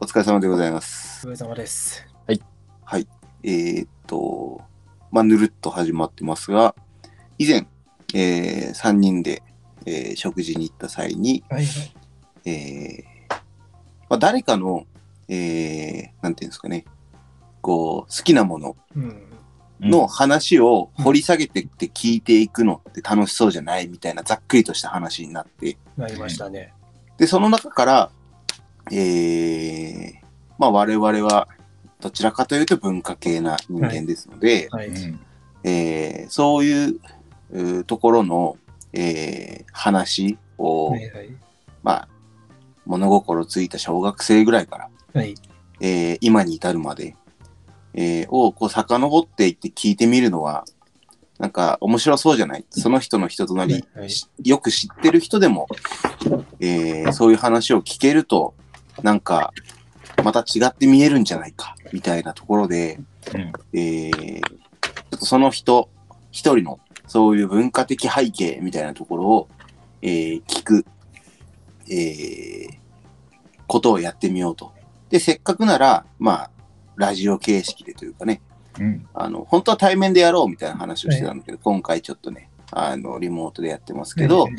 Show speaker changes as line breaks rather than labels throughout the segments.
疲れ様でございます。
お疲れ様です。
はい。えーっと、まあ、ぬるっと始まってますが、以前、え3人で、えー食事に行った際に、
はい。
えーまあ、誰かの、えーなんていうんですかね、こう、好きなもの
うん。
の話を掘り下げてって聞いていくのって楽しそうじゃないみたいなざっくりとした話になって、
なりましたね。
で、その中から、えーまあ我々はどちらかというと文化系な人間ですので、
はい。
えーそういううーところの、えー話を、
はいはい。
まあ物心ついた小学生ぐらいから、
はい。
えー今に至るまで、えーをこう遡っていって聞いてみるのは、なんか面白そうじゃないその人の人となり、
はい
しよく知ってる人でも、えーそういう話を聞けると、なんか、また違って見えるんじゃないか、みたいなところで、
うん
えーちょっとその人、一人の、そういう文化的背景みたいなところを、えー聞く、えーことをやってみようと。で、せっかくなら、まあ、ラジオ形式でというかね、
うん。
あの、本当は対面でやろうみたいな話をしてたんだけど、今回ちょっとね、あの、リモートでやってますけど、
はい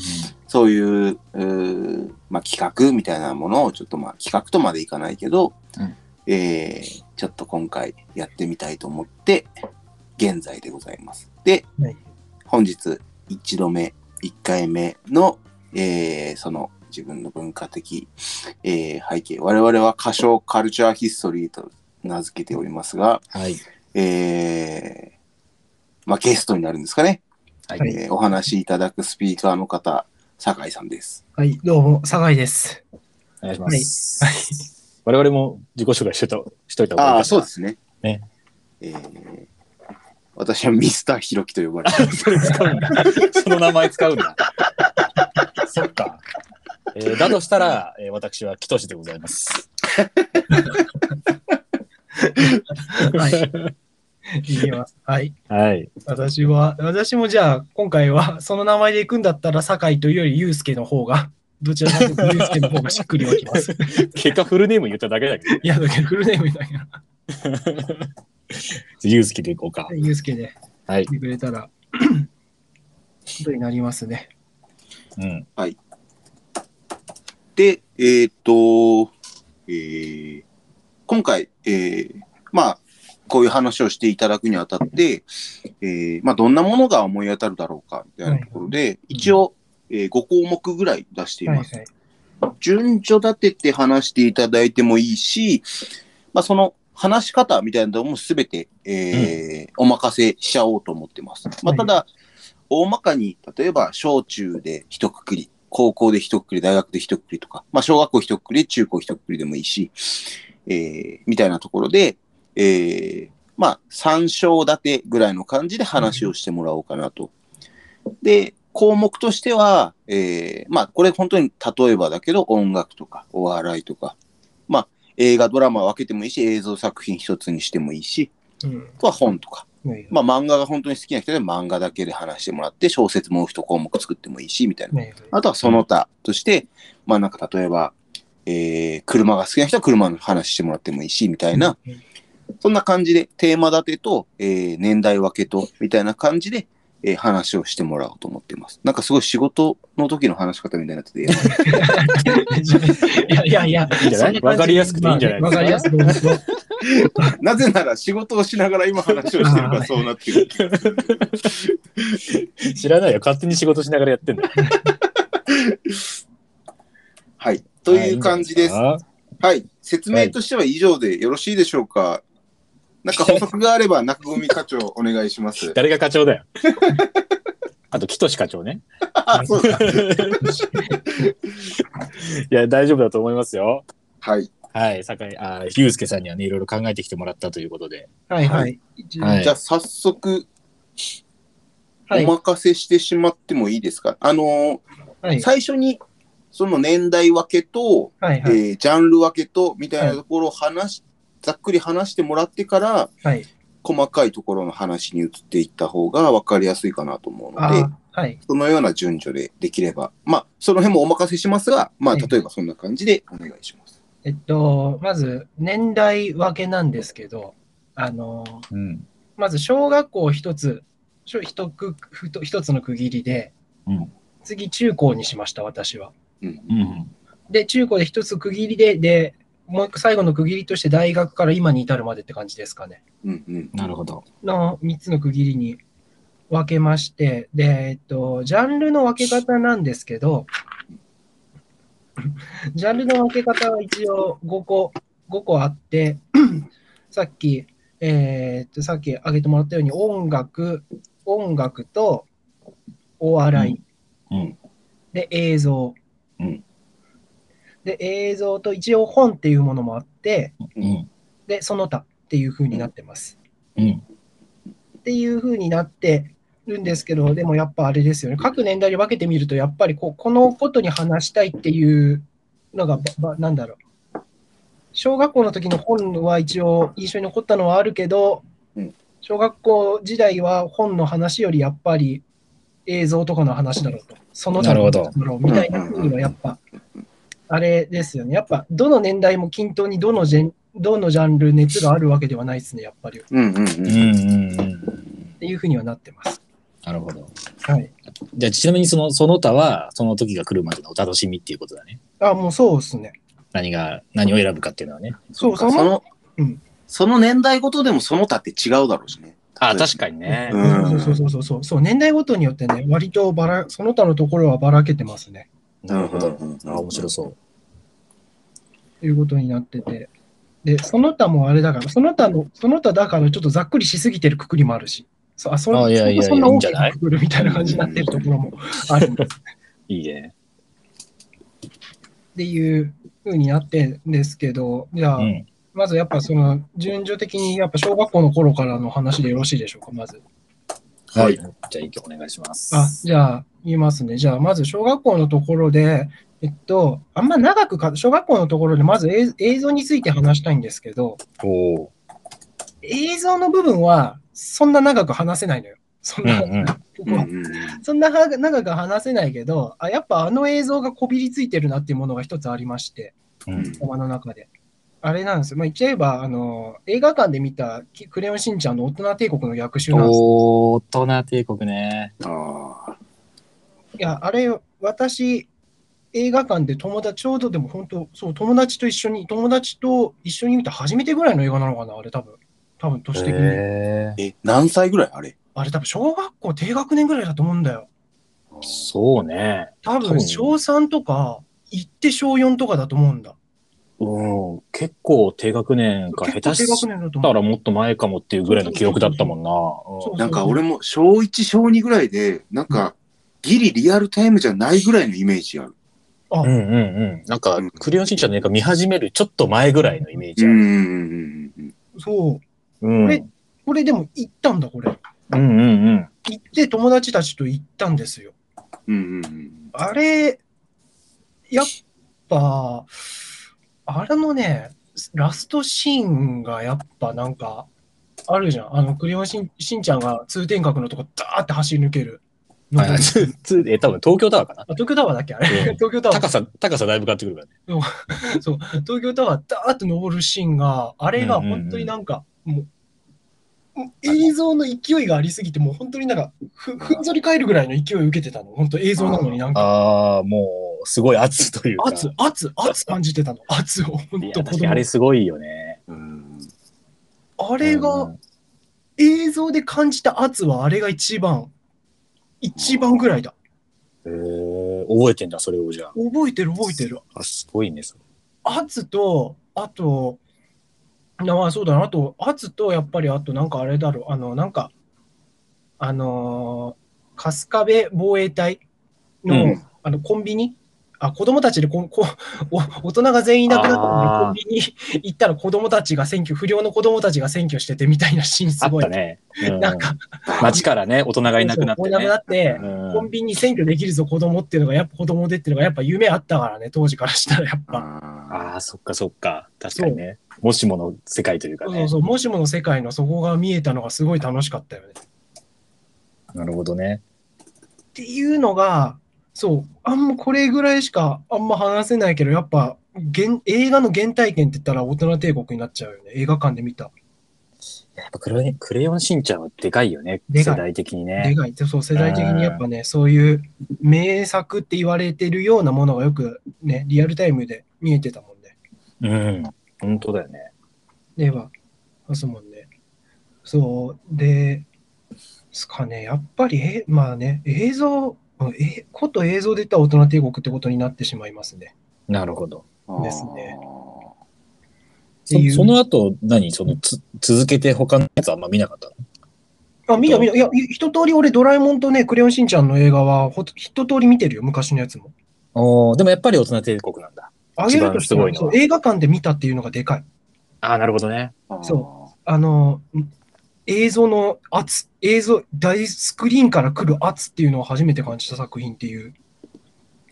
そういう、うーまあ、企画みたいなものを、ちょっとまあ、企画とまでいかないけど、
うん
えーちょっと今回やってみたいと思って、現在でございます。で、
はい
本日、1度目、1回目の、えーその、自分の文化的、えー背景、我々は歌唱カルチャーヒストリーと名付けておりますが、
はい。
えーまあ、ゲストになるんですかね、
はい
はい
えーお話しいただくスピーカーの方、酒井さんです。
はい。どうも、酒井です。
お願いし
はい
ます。我々も自己紹介しとしといた方がいいか
あ
な
あ、そうで。すね。
ね
えー私はミスターひろきと呼ばれてます。
それ使うんだ。その名前使うんだ。そっか。えー、だとしたら、えー、私はキトシでございます。
はい。いきます。はい。
はい。
私は、私もじゃあ、今回は、その名前で行くんだったら、酒井というより、ゆうすけの方が、どちらかというと、ゆうすけの方がしっくりはきます。い
結果フルネーム言っただけだけど。
や、だけど、フルネームだけど、
ゆうすきでいこうか。
ゆうすけで、
はい。
言ってくれたら、ことになりますね。
うん。
で、えっ、と、えー今回、えーまあ、こういう話をしていただくにあたって、えーまあ、どんなものが思い当たるだろうか、みたいなところで、一応、え5項目ぐらい出してい
はい
ま
は
す。
い。
順序立てて話していただいてもいいし、まあ、その話し方みたいなのもすべて、えーお任せしちゃおうと思ってます。ま
は
あ、
い
ただ、大まかに、例えば小中で一括り、高校で一括り、大学で一括りとか、まあ、小学校一括り、中高一括りでもいいし、えーみたいなところで、えーまあ、参照立てぐらいの感じで話をしてもらおうかなと。で、項目としては、えーまあ、これ本当に例えばだけど、音楽とか、お笑いとか、まあ、映画、ドラマ分けてもいいし、映像作品一つにしてもいいし、
うん
あとは本とか、
はい
まあ、漫画が本当に好きな人で漫画だけで話してもらって、小説も一項目作ってもいいし、みたいな。
はいはい
あとはその他として、まあなんか例えば、えー車が好きな人は車の話してもらってもいいし、みたいな、そんな感じでテーマ立てと、えー年代分けと、みたいな感じで、えー話をしてもらおうと思ってます。なんかすごい仕事の時の話し方みたいになってて、やばい
いやいやいや、
いいんじゃな
そ
い
な感
わかりやすくていいんじゃない
まあわかりやすくていいですか
なぜなら仕事をしながら今話をしてるからそうなってる。
知らないよ。勝手に仕事しながらやってんだ。
はい。という感じです。
は
はい。説明としては以上でよろしいでしょうか。なんか補足があれば中込課長お願いしま
い。
す。
誰が課長 だよ。あと、キトシ課長ね。
あ、そうだ。
いや、大丈夫だと思いますよ。
はい。
はい、酒井、あー、ゆうすけさんにはね、いろいろ考えてきてもらったということで。
はいはい。
はい
じゃあ早速お
はい。
任せしてしまってもいいですか、あのー
はい。
最初にその年代分けと、
はい。
えージャンル分けとみたいなところを話し、ざっくり話してもらってから
はい。
細かいところの話に移っていった方が分かりやすいかなと思うので
ああ、はい。
そのような順序でできればまあその辺もお任せしますがまあ
はい
例えばそんな感じでお願いします。
えっと、まず、年代分けなんですけど、あの、
うん。
まず小学校一つ、小一区ふと一つの区切りで、
うん
次中高にしました、私は。
うん
う。ん。
で、中高で一つ区切りで、で、もう一個最後の区切りとして大学から今に至るまでって感じですかね。
うん。うん。
なるほど。
の3つの区切りに分けまして、で、えっと、ジャンルの分け方なんですけど、 ジャンルの分け方は一応5個、5個あって、 さっき、えーっと、さっき挙げてもらったように、音楽、音楽とお笑い、
うんうん
で、映像、
うん
で、映像と一応本っていうものもあって、
うん。
で、その他っていう風になってます。
うん。
っていう風になってるんですけど、でもやっぱあれですよね、各年代に分けてみると、やっぱりこうこのことに話したいっていうのが、ばばなんだろう。小学校の時の本は一応印象に残ったのはあるけど
うん、
小学校時代は本の話よりやっぱり映像とかの話だろうと、その他のところみたいな風にはやっぱ、あれですよね、やっぱどの年代も均等にどのジェンどのジャンル熱があるわけではないですね、やっぱり。っ
うん。うん。うん。
う。うんん。うん。
ていう風にはなってます。
なるほど。
はい
じゃあ、ちなみにその、その他は、その時が来るまでのお楽しみっていうことだね。
あ、もうそうですね。
何が、何を選ぶかっていうのはね。
そう、
そ
その、
の、その年代ごとでもその他って違うだろうしね。
あ、確かにね。
うん
そうそうそうそうそう、そう、年代ごとによってね、割とばら、その他のところはばらけてますね。
なるほど
うんうん。うん
あ、面白そう。
ということになってて。で、その他もあれだから、その他の、その他だからちょっとざっくりしすぎてるくくりもあるし、そうあ、そ
あいやいやいや
そんない
いん
大
じゃ
き
ない
なくくるみたいな感じになってるところもあるんです
いいね。
っていうふうになってるんですけど、じゃあ、
うん。
まずやっぱその、順序的にやっぱ小学校の頃からの話でよろしいでしょうか、まず。
はい。じゃあ、一曲お願いします。
あ、じゃあ、言いますね。じゃあ、まず小学校のところで、えっと、あんま長くか、小学校のところで、まず映映像について話したいんですけど、
おお。
映像の部分は、そんな長く話せないのよ。そん
うん
な、
うん。
うん。うん。
そんなは長く話せないけどあ、やっぱあの映像がこびりついてるなっていうものが一つありまして、
うん。
山の中で。あれなんですよ。まあ、言っちゃえば、あの、映画館で見た、きクレヨンしんちゃんの大人帝国の逆襲なんですよ
おー、大人帝国ね。
ああ。
いや、あれ、私、映画館で友達、ちょうどでも本当、そう、友達と一緒に、友達と一緒に見た初めてぐらいの映画なのかな、あれ多分。多分、年的に。
へ
え、何歳ぐらいあれ
あれ多分、小学校低学年ぐらいだと思うんだよ。
ー。そうね。
多
多
分、
分
小3とか、行って小4とかだと思うんだ。
うん。結構低学年か、下
結
手
構低
し
学年だと
た
思う。
らもっと前かもっていうぐらいの記憶だったもんな。
そう
なんか俺も小1、小2ぐらいで、なんか、ギリリアルタイムじゃないぐらいのイメージある。
そう
うんうんうん。なんか、クレヨンしんちゃんの映画見始めるちょっと前ぐらいのイメージ
う
あ
んう
る。
んうん
そう。
うん。う
え
ん
これでも行ったんだ、これ。
うんうん。
行って友達たちと行ったんですよ。
うんうんうん
あれ、やっぱ、あれのね、ラストシーンがやっぱなんか、あるじゃん。あの、クレヨンしんしんちゃんが通天閣のとこ、ダーって走り抜けるの。
はいはい。つつえ、多分東京タワーかな。
あ東京タワーだっけあれ
う ん
東京タワー
高、さ、高さだいぶ変わってくるからね。
東京タワー、ダーって登るシーンが、あれが本当になんか、もう、もう映像の勢いがありすぎて、もう本当になんか、ふふんぞり返るぐらいの勢いを受けてたの。本当映像なのになんか、
ああ、もう、すごい圧というか。
熱、熱、熱感じてたの。熱を、
い
本
や、
当
確かにあれすごいよね。
うん。
あれ
う
が
ん、
映像で感じた圧はあれが一番、一番ぐらいだ。
えー、覚えてんだ、それをじゃあ。
覚えてる覚えてる。
あ、すごいね、それ。
圧と、あと、なあそうだな、あと、圧と、やっぱり、あと、なんかあれだろう、あの、なんか、あのー春日部防衛隊の、
うん
あの、コンビニあ、子供たちでこんこお、大人が全員いなくなったの
あー
に、コンビニ 行ったら子供たちが選挙、不良の子供たちが選挙しててみたいなシーンす
あっ
ごい。
たね。うん
なんか、
街からね、大人がいなくなって、
そ
ね。
うそういなくなって
うん
コンビニ選挙できるぞ子供っていうのがやっぱ子供でっていうのがやっぱ夢あったからね当時からしたらやっぱ、
あ
ああ、そっかそっか。確かにね。もしもの世界というか
そう
ね。
そうそうもしもの世界のそこが見えたのがすごい楽しかったよね
なるほどね。
っていうのがそうあんまこれぐらいしかあんま話せないけどやっぱ原映画の原体験って言ったら大人帝国になっちゃうよね。映画館で見た。
やっぱクレヨンクレヨンしんちゃんはでかいよね。
でかい
世代的に
で
ね。
かい。そう、世代的にやっぱね、そういう名作って言われてるようなものがよくね、リアルタイムで見えてたもんね。
うん。本当だよね。
では、あそうもんね。そう、で、すかね、やっぱり、えまあね、映像、うんえこと映像で言ったら大人帝国ってことになってしまいますね。
なるほど。
ですねって
そ
いう
その後、何そのつ、続けて他のやつあんま見なかったの
あ、見た見た。いや、い一通り俺、ドラえもんとね、クレヨンしんちゃんの映画は、ほと一通り見てるよ、昔のやつも。
おーでもやっぱり大人帝国なんだ。
あげるとした
一番すご
ら
いの
そ
は
う映画館で見たっていうのがでかい。
ああ、なるほどね。
そあの、ん映像の圧、映像、大スクリーンから来る圧っていうのを初めて感じた作品っていう。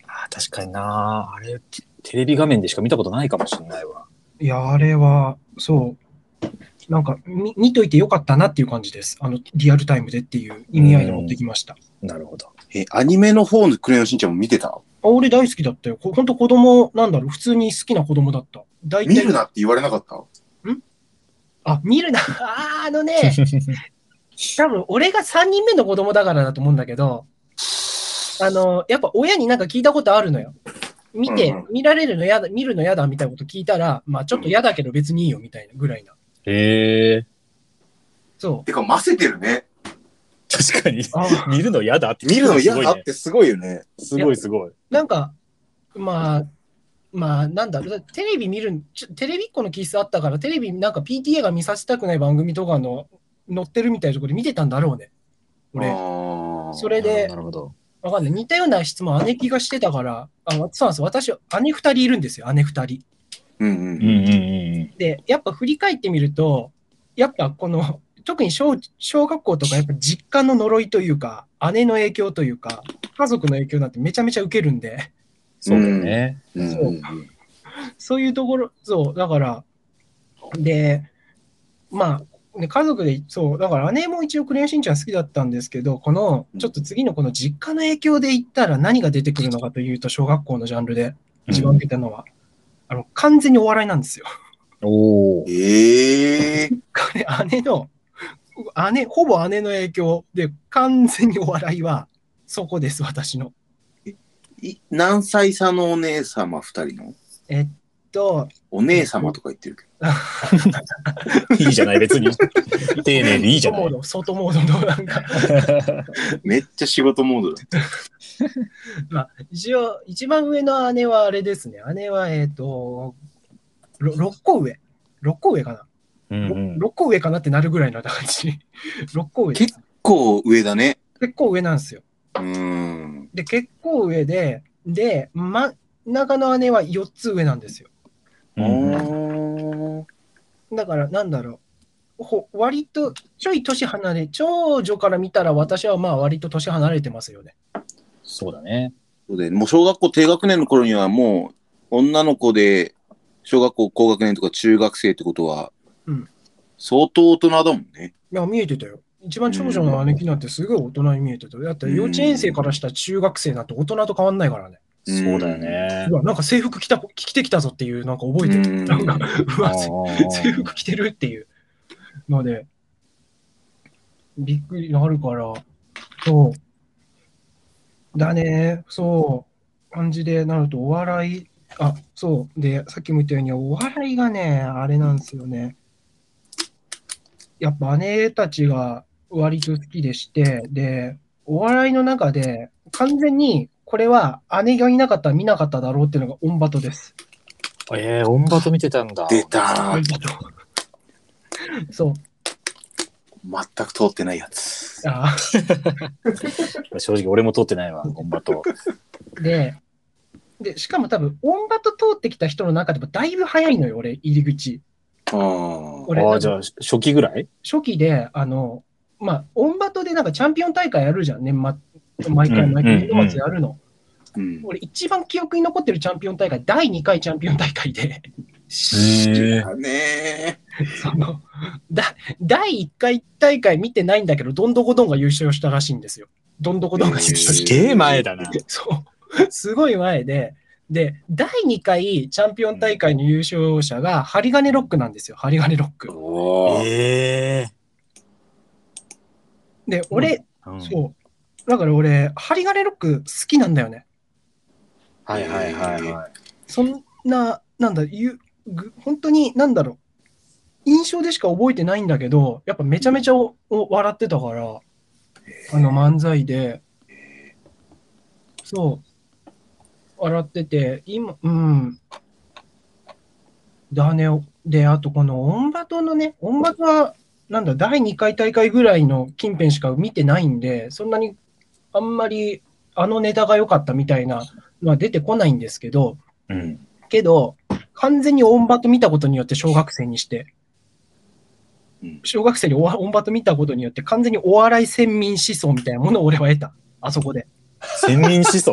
あー確かにな。あれ、テテレビ画面でしか見たことないかもしれないわ。
いや、あれは、そう、なんか見、見といてよかったなっていう感じです。あの、リアルタイムでっていう意味合いで持ってきました。
なるほど。
え、アニメの方のクレヨンしんちゃんも見てた
あ俺大好きだったよ。こほんと子供、なんだろう、普通に好きな子供だった。大
見
体
るなって言われなかった
あ、見るな。あーあのね、多分俺が3人目の子供だからだと思うんだけど、あの、やっぱ親になんか聞いたことあるのよ。見て、
うんうん
見られるのやだ、見るのやだみたいなこと聞いたら、まあちょっと嫌だけど別にいいよみたいなぐらいな。
へえ。
そ
てか、ませてるね。
確かに。
う。あ
見るの嫌だって。
見るの嫌だっ
ね。
てすごいよね。
すごいすごい。
なんか、まあ、まあ、なんだろう、テレビ見る、ちょテレビっ子の気質あったから、テレビなんか PTA が見させたくない番組とかの載ってるみたいなところで見てたんだろうね。
あ
俺、
ー
それで
な、るほど。
わかんない。似たような質問、姉貴がしてたから、あそうなんです。私、姉二人いるんですよ、姉二人。
うん
うんうんうん
で、やっぱ振り返ってみると、やっぱこの、特に小小学校とか、やっぱ実家の呪いというか、姉の影響というか、家族の影響なんてめちゃめちゃ受けるんで。
そうだよね。
うんうんうん
そういうところ、そう、だから、で、まあ、ね、家族で、そう、だから姉も一応クレヨンしんちゃん好きだったんですけど、この、ちょっと次のこの実家の影響で言ったら何が出てくるのかというと、小学校のジャンルで一番出たのは、あの、完全にお笑いなんですよ。
おお。
ええ
これ、姉の、姉、ほぼ姉の影響で、完全にお笑いは、そこです、私の。
い何歳差のお姉様二人の
えっと、
お姉様とか言ってるけど。
いいじゃない、 別に。丁寧でいいじゃ
外
な
モー
い。
ド、外モードのなんか、
めっちゃ仕事モードだ。
まあ、一応、一番上の姉はあれですね。姉は、えっ、と、ろ6個上。6個上かな、
うんうん
ろ ?6 個上かなってなるぐらいな感じ。6個 上。
結構上だね。
結構上なんですよ。
うん。
で、結構上で、で、真ん中の姉は4つ上なんですよ。
うんうん
おー
だから、なんだろう。ほ割と、ちょい年離れ、長女から見たら私はまあ割と年離れてますよね。
そうだね。
そうで、もう小学校低学年の頃にはもう女の子で小学校高学年とか中学生ってことは
うん
相当大人だもんね。
いや、見えてたよ。一番長女の姉貴なんてすごい大人に見えてたよ。だって幼稚園生からしたら中学生なんて大人と変わんないから
う
ね。
ん
そうだよね
う。わ、なんか制服着た、着てきたぞっていう、なんか覚えてる。
うん
なんか、うわ、制制
あ
服着てるっていうので、びっくりなるから、そう。だね、そう。感じでなると、お笑い、あ、そう。で、さっきも言ったように、お笑いがね、あれなんですよね。やっぱ姉たちが割と好きでして、で、お笑いの中で、完全に、これは姉がいなかったら見なかっただろうっていうのがオンバトです。
ーえー、オンバト見てたんだ。
出た
オン
ー。
バト。そう。
全く通ってないやつ。
あ
正直俺も撮ってないわ、オンバト。
ーで、で、しかも多分、オンバト通ってきた人の中でもだいぶ早いのよ、俺、入り口。
あー
あ
俺、
あ、じゃあ初期ぐらい
初期で、あの、まあ、オンバトでなんかチャンピオン大会やるじゃん、年末、毎回、毎
うんうん
回、年末やるの。
うん。
俺、一番記憶に残ってるチャンピオン大会、第2回チャンピオン大会で、
へ
だね
その、だ、第1回大会見てないんだけど、どんどこどんが優勝したらしいんですよ。どんどこどんが優勝
す
し
げえ前だな。
そう。すごい前で、で、第2回チャンピオン大会の優勝者が、針金ロックなんですよ、針金ロック。
おー
え
で、俺、
ーうん
そう、だから俺、針金ロック好きなんだよね。
はいはいはいはい。
そんな、なんだ、ゆぐ本当に、なんだろう、印象でしか覚えてないんだけど、やっぱめちゃめちゃおお笑ってたから、あの漫才で、そう、笑ってて、今、うん、だね、で、あとこのオンバトのね、オンバトは、なんだ、第2回大会ぐらいの近辺しか見てないんで、そんなにあんまりあのネタが良かったみたいなのは出てこないんですけど、
うん。
けど、完全にオンバト見たことによって小学生にして
うん、
小学生にオワオンバト見たことによって完全にお笑い先民思想みたいなものを俺は得た。あそこで。
先民思想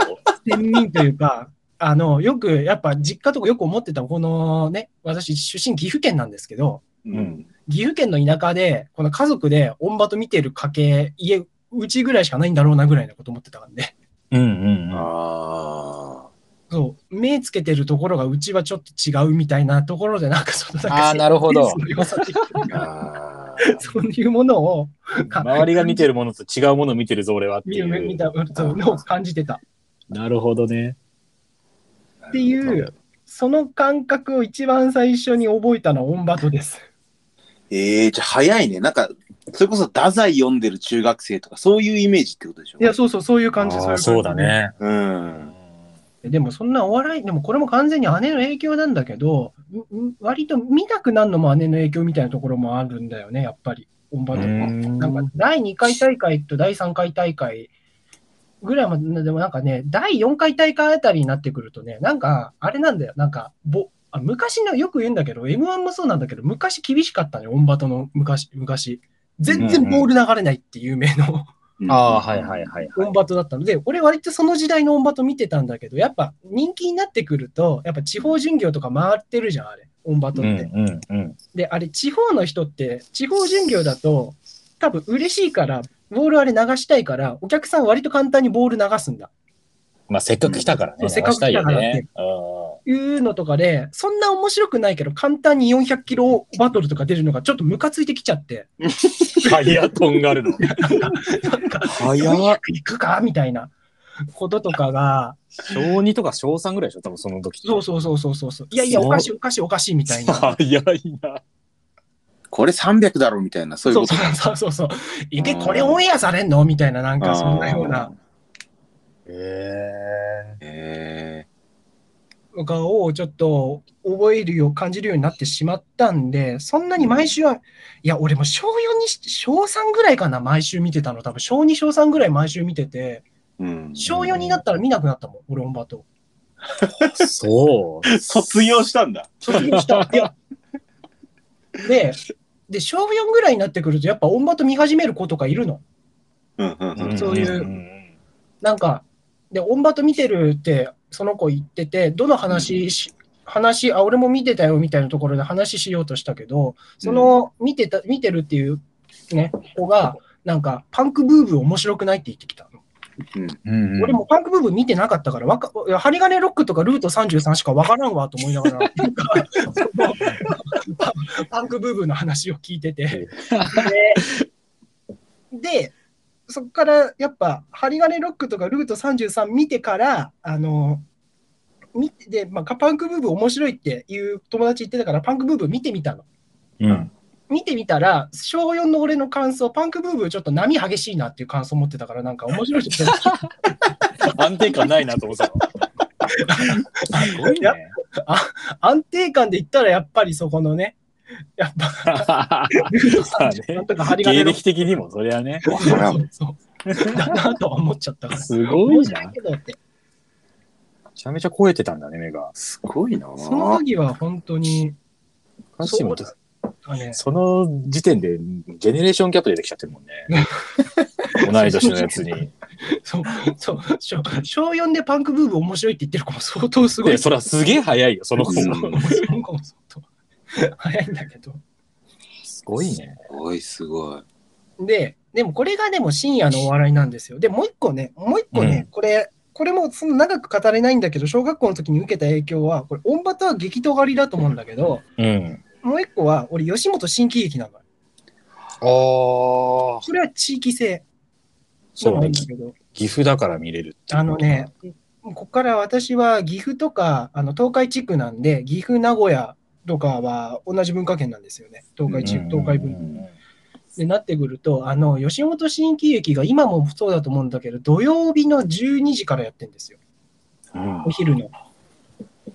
先民というか、 あの、よく、やっぱ実家とかよく思ってた、このね、私出身岐阜県なんですけど、
うん。
岐阜県の田舎で、この家族でオンバト見てる家系、家、うちぐらいしかないんだろうなぐらいなこと思ってたからね。
うんうんうん。
あ
そう、目つけてるところがうちはちょっと違うみたいなところで、なんかその、んか
あーなるほ ど
センスの良さ的
ーあ
なそういうものを
周りが見てるものと違うものを見てるぞ、俺はって
見
い
る見
う。
たそうのを感じてた。
なるほどね。
ー。
っていう。その感覚を一番最初に覚えたのはオンバトです。
ええー、じゃあ早いね。なんか、それこそ太宰読んでる中学生とか、そういうイメージってことでしょ
いや、そうそう、そういう感じ。
あ
い
ー
感じ
そうだ。ね。
うん。
でもそんなお笑い、でもこれも完全に姉の影響なんだけど、んん割と見たくなるのも姉の影響みたいなところもあるんだよね、やっぱり。オンバト
う
も。
ん
なんか第2回大会と第3回大会ぐらいまで、でもなんかね、第4回大会あたりになってくるとね、なんか、あれなんだよ、なんか、ぼあ昔のよく言うんだけど、M1 もそうなんだけど、昔厳しかったね、オンバトの昔、昔。全然ボール流れないっていう有名の
ああー、はいはい
い。
はい。
オンバトだったので、俺割とその時代のオンバト見てたんだけど、やっぱ人気になってくると、やっぱ地方巡業とか回ってるじゃん、あれ、オンバト
う
っ
ん
て。
うんうん。
で、あれ、地方の人って、地方巡業だと、多分嬉しいから、ボールあれ流したいから、お客さん割と簡単にボール流すんだ。
まあ、せっかく来たから
そ
ね。
うせっかく来たからね
流したいよね
いうのとかで、そんな面白くないけど、簡単に400キロバトルとか出るのがちょっとムカついてきちゃって、
うん。ハイアトンがあるの。
なんか、
早
400
っ。
いくかみたいなこととかが、
小二とか小三ぐらいでしょ、多分その時って
そうそうそうそうそうそう、いやいや、
そう
おかしいおかしいおかしいみたいな。
早いな。
これ300だろみたいな、そういう
そう
こと。
そうそうそう。いけ、これオンエアされんのみたいな、なんかそんなような。
へえ。
え
顔をちょっと覚えるよう感じるようになってしまったんで、そんなに毎週は、いや、俺も小4にし、小3ぐらいかな、毎週見てたの、多分小2、小3ぐらい毎週見てて、
えうん。
小4になったら見なくなったもん、俺、オンバト。
そう。
卒業したんだ。
卒 業した。いや。で、で、小4ぐらいになってくると、やっぱオンバト見始める子とかいるの。
うんうんうん。
そういう
うん。
なんか、で、オンバト見てるって、その子言ってて、どの話し、話、あ、俺も見てたよみたいなところで話しようとしたけど、その、見てた、見てるっていうね、子が、なんか、パンクブーブー面白くないって言ってきたの。
うんうん
俺もパンクブーブー見てなかったから、わか、針金ロックとかルート33しかわからんわと思いなが ら、なんかそのパパンクブーブーの話を聞いてて。で、でそこからやっぱ、針金ロックとかルート33見てから、あの、見てで、まあ、パンクブーブー面白いっていう友達言ってたから、パンクブーブー見てみたの。
うん。
見てみたら、小4の俺の感想、パンクブーブーちょっと波激しいなっていう感想持ってたから、なんか面白い人
安定感ないなと思ってたの。すごいね。
安定感で言ったらやっぱりそこのね、やっぱ、ルールさん
そうだね
なんとか針金
芸
の
歴的にも、そりゃね。
わからん。
そうだなとは思っちゃったから。
すごいな。
申し
め
訳ないけど
ちゃめちゃ超えてたんだね、目が。
すごいな。
その時は本当に、
歌詞
そう
も
だね。
その時点で、ジェネレーションギャップ出てきちゃってるもんね。 同い年のやつに。
そう、そう、小小4でパンクブーブー面白いって言ってる子も相当すごい。
で、そらすげえ早いよ、その子
う
も。
ん
その子も相当早いんだけど。
すごいね。
すごいすごい。
で、でもこれがでも深夜のお笑いなんですよ。で、もう一個ね、もう一個ね、これ、これもその長く語れないんだけど、小学校の時に受けた影響は、これ、オンバタは激尖りだと思うんだけど、
うん。
もう一個は、俺、吉本新喜劇なの。
ああ。
これは地域性で
そう
もある
ね
ん。だけど、
岐阜だから見れるっていう
あのね、ここから私は岐阜とかあの東海地区なんで、岐阜、名古屋とかは同じ文化圏なんですよね、東海地
うん
区、東海
う
文
ん
でなってくると、あの吉本新喜劇が今もそうだと思うんだけど、土曜日の12時からやってるんですよ、
うん
お昼の。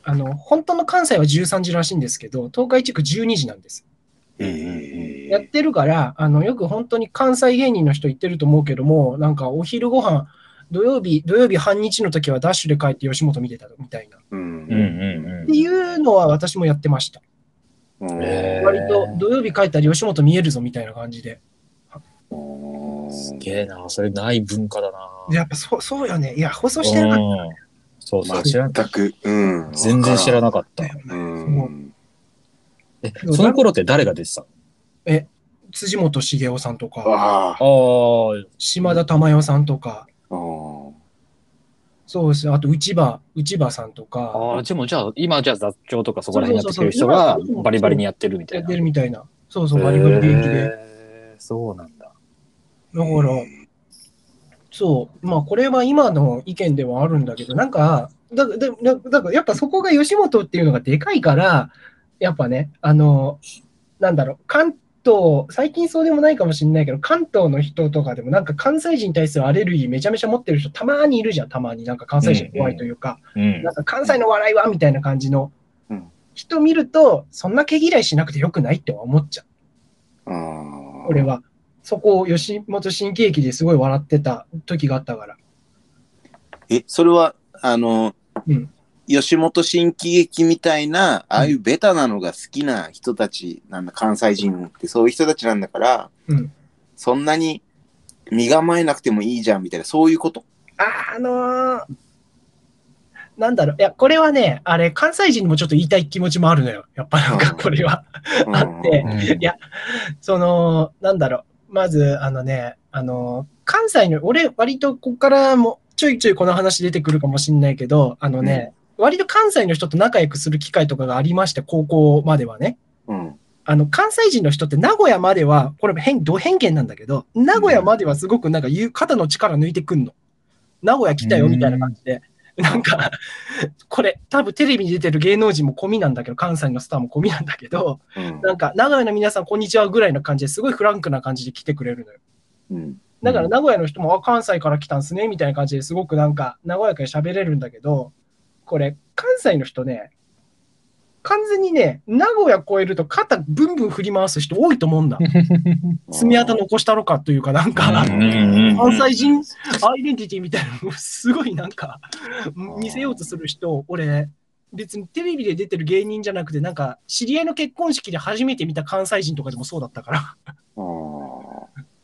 あの本当の関西は13時らしいんですけど、東海地区12時なんです。
え
やっ
ー、
てるから、あのよく本当に関西芸人の人言ってると思うけども、なんかお昼ご飯土曜日、土曜日半日の時はダッシュで帰って吉本見てたみたいな。っ
う。
うんん
ていうのは私もやってました。
うん
えー
割と土曜日帰ったら吉本見えるぞみたいな感じで。
うん。すげえな、それない文化だな。
やっぱそうそうよね。いや、放送してなかっ
うんそうそう、知らん
全く、うん。
全然知ら
な
なかった
た。よ
う。
ね。もうん
え、その頃って誰が出てたの
辻元茂雄さんとか、
ああ。
ああ、
島田珠代さんとか、
うん
そうですねあと内場、内場さんとか、
ああ、でもじゃあ、今じゃあ雑長とかそこら辺やってる人が
そうそうそうそう
バリバリにやってるみた
やっ
いな。
てるみたいな。そうそう、
へー
バリバリ元気で。
そうなん
だ
だ。
から、そう、まあこれは今の意見ではあるんだけど、なんか、だだだだからやっぱそこが吉本っていうのがでかいから、やっぱね、あの、なんだろう、関東、最近そうでもないかもしれないけど、関東の人とかでも、なんか関西人に対するアレルギーめちゃめちゃ持ってる人、たまにいるじゃん、たまに。なんか関西人怖いというか、
うん
なんか関西の笑いはみたいな感じの
うん
人見ると、そんな毛嫌いしなくてよくないっては思っちゃう。
うん。
俺は。そこを吉本新喜劇ですごい笑ってた時があったから。
え、それは、あの、
うん
吉本新喜劇みたいな、ああいうベタなのが好きな人たちなんだ、関西人ってそういう人たちなんだから、
うん
そんなに身構えなくてもいいじゃんみたいな、そういうこと
あーあのーなんだろう、いや、これはね、あれ、関西人にもちょっと言いたい気持ちもあるのよ。やっぱなん
う
か、
ん
これは。
うん
あって
うん
いやその、なんだろう、まず、あのね、あのー関西の、俺、割とここからも、ちょいちょいこの話出てくるかもしんないけど、あのね、割と関西の人と仲良くする機会とかがありまして、高校まではね。
うん。
あの、関西人の人って名古屋までは、これ変、ど偏見なんだけど、名古屋まではすごくなんか言う、肩の力抜いてくんの。名古屋来たよみたいな感じで。なんか、これ多分テレビに出てる芸能人も込みなんだけど、関西のスターも込みなんだけど、
うん。
なんか、名古屋の皆さんこんにちはぐらいの感じですごいフランクな感じで来てくれるのよ。
うん。
だから名古屋の人も、あ、関西から来たんすね、みたいな感じですごくなんか、和やかに喋れるんだけど、これ、関西の人ね、完全にね、名古屋越えると肩ブンブン振り回す人多いと思うんだ。爪痕残したろかというか、なんか、
うんうん
関西人アイデンティティみたいなのをすごいなんか、見せようとする人、俺、別にテレビで出てる芸人じゃなくて、なんか、知り合いの結婚式で初めて見た関西人とかでもそうだったから。
あ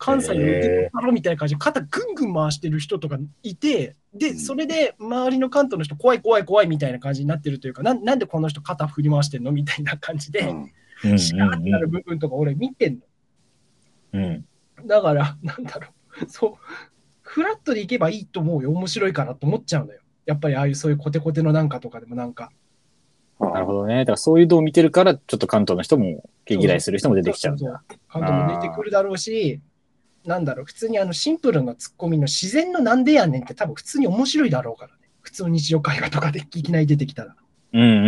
関西の受け皿みたいな感じで肩ぐんぐん回してる人とかいてでそれで周りの関東の人怖い怖い怖いみたいな感じになってるというかなんなんでこの人肩振り回してんのみたいな感
ー
じ
う
で
ん
うん
シャーってなる部分とか俺見てんの
うん
だからなんだろうそうフラットでいけばいいと思うよ面白いからと思っちゃうのよやっぱりああいうそういうコテコテのなんかとかでもなんか
なるほどね。だからそういうのを見てるから、ちょっと関東の人も、毛嫌いする人も出てきちゃうん
そうそ
だ。
うそう関東も出てくるだろうしなんだろう普通にあのシンプルなツッコミの自然のなんでやねんって多分普通に面白いだろうからね普通の日常会話とかでいきなり出てきたら
うんうん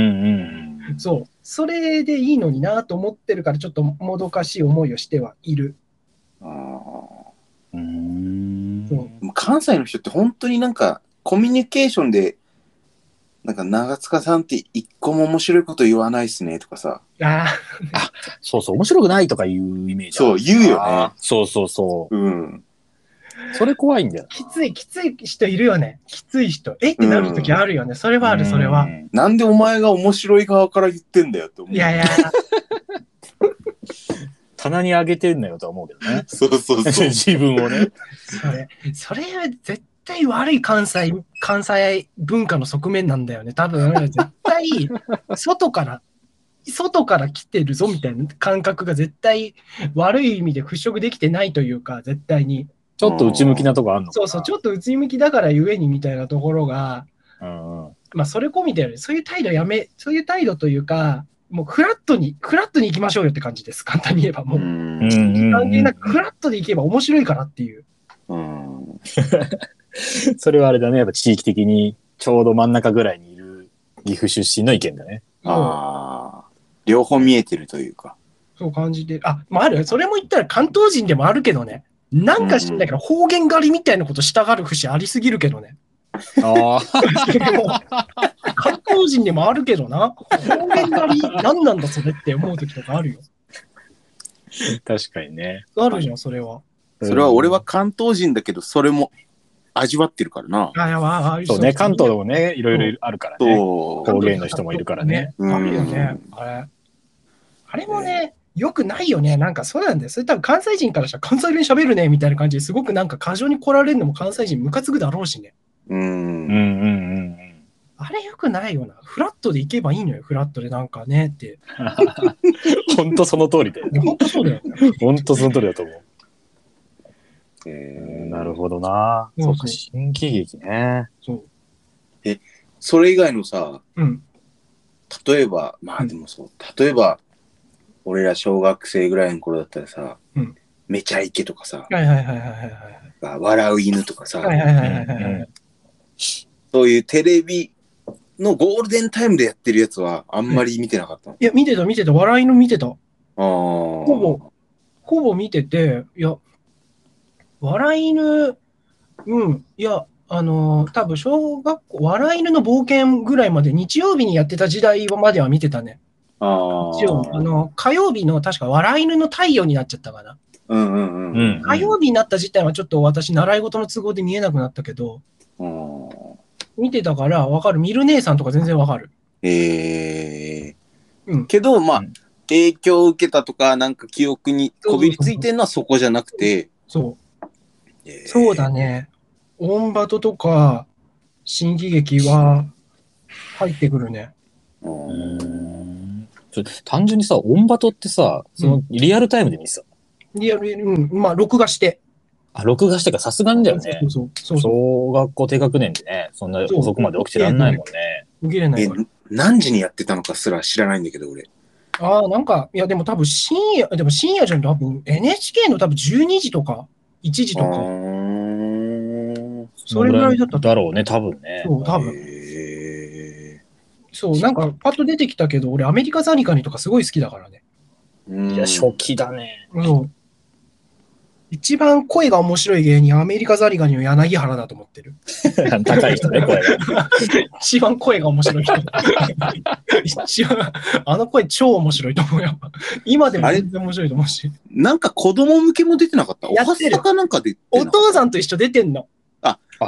うん。
そうそれでいいのになと思ってるからちょっともどかしい思いをしてはいる
あー
うーん
そう
関西の人って本当になんかコミュニケーションでなんか長塚さんって一個も面白いこと言わないっすねとかさ
あ
そうそう、面白くないとかいうイメージあ
そ
る。
う言うよね
あーそうそうそ
うん
う。それ怖いんだよ
ー。きついきつい人いるよねきつい人えってなる時あるよねそれはあるそれは
うん
なんでお前が面白い側から言ってんだよって思う。
いやいや
棚に上げてんのよとは思うけどね
そうそうそう
自分をね。
それ、それは絶対悪い関西、関西文化の側面なんだよね。多分、絶対、 外から、外から来てるぞみたいな感覚が絶対悪い意味で払拭できてないというか、絶対に。
ちょっと内向きなとこあんのか
そう
な
そう、ちょっと内向きだからゆえにみたいなところが、
うんうん
まあ、それ込みだよね。そういう態度やめ、そういう態度というか、もうフラットに、フラットに行きましょうよって感じです。簡単に言えば、 もう。
ん
うんうん
関係なく、フラットで行けば面白いからっていう。
うん
それはあれだね、やっぱ地域的にちょうど真ん中ぐらいにいる岐阜出身の意見だね。
ああ、両方見えてるというか。
そう感じてる。あ、まあ、ある。それも言ったら関東人でもあるけどね。なんか知んないけど、方言狩りみたいなことしたがる節ありすぎるけど ね。
ああ、
関東人でもあるけどな。方言狩り、何なんだそれって思う時とかあるよ。
確かにね。
あるじゃん、それは。
それは俺は関東人だけど、それも味わってるからな。
あ、いや、ああ
う
る
ん。そうね、関東でもね、いろいろあるからね。
そ
方言の人もいるからね。
あるよね。あれ。あれもね、よくないよね。なんかそうなんだよ。それ多分関西人からしたら関西弁喋るねみたいな感じですごくなんか過剰に来られるのも関西人ムカつくだろうしね。
う。う。
うんうんんうんうん。
あれよくないよな。フラットで行けばいいのよ。フラットでなんかねって。
本当その通りで。
いや本当そうだよ。
本当その通りだと思う。
えー
なるほどな。
そ
そうう
そう
か、新喜劇ね。
そう。
それ以外のさ、
うん。
例えば、まあでもそう、例えば、俺ら小学生ぐらいの頃だったらさ、
うん
めちゃイケとかさ、
はいはいはいはいはい
笑う犬とかさ、
はい。はいはいはいはいはい。
そういうテレビのゴールデンタイムでやってるやつはあんまり見てなかったの。
いや、見てた見てた。笑いの見てた。
あー
ほぼ、ほぼ見てて、いや、笑い犬、うん、いや、あのー多分小学校、笑い犬の冒険ぐらいまで、日曜日にやってた時代までは見てたね。
あー
日曜あの火曜日の確か笑い犬の太陽になっちゃったかな。
うんうんうん。
うん
火曜日になった時点はちょっと私、習い事の都合で見えなくなったけど、
うん
見てたからわかる。見る姉さんとか全然わかる。
え
う
ー
ん。
けど、まあ
うん、
影響を受けたとか、なんか記憶にこびりついてるのはそこじゃなくて、
そう。
えー
そうだ。ね。オンバトとか、新喜劇は入ってくるね。
うん
うんちょ単純にさ、オンバトってさ、そのリアルタイムで見てた。
リアル、うん、まあ、録画して。
あ、録画してからさすがにだよね
そ。うそうそうそう。
小学校低学年でね、そんな遅くまで起きてらんないもんね。
受けれない
え
から。、
何時にやってたのかすら知らないんだけど、俺。
ああ、なんか、いや、でも多分深夜、でも深夜じゃん、多分 NHK の多分12時とか、1時と
あ
か、
ー
それぐらいだったと
だろうね、多分ね。
そう、多分。
え
そう、なんか、パッと出てきたけど、俺、アメリカザニカニとかすごい好きだからね。
ー
いや、初期だね。
うん。一番声が面白い芸人、アメリカザリガニの柳原だと思ってる。
高い人ね、声が。
一番声が面白 い人。一番、あの声超面白いと思う。やっぱ、今でも全然面白いと思うし。
なんか子供向けも出てなかったお
や
は
って
ス
る
タかなんかで
お父さ
ん
んと一緒出てんの。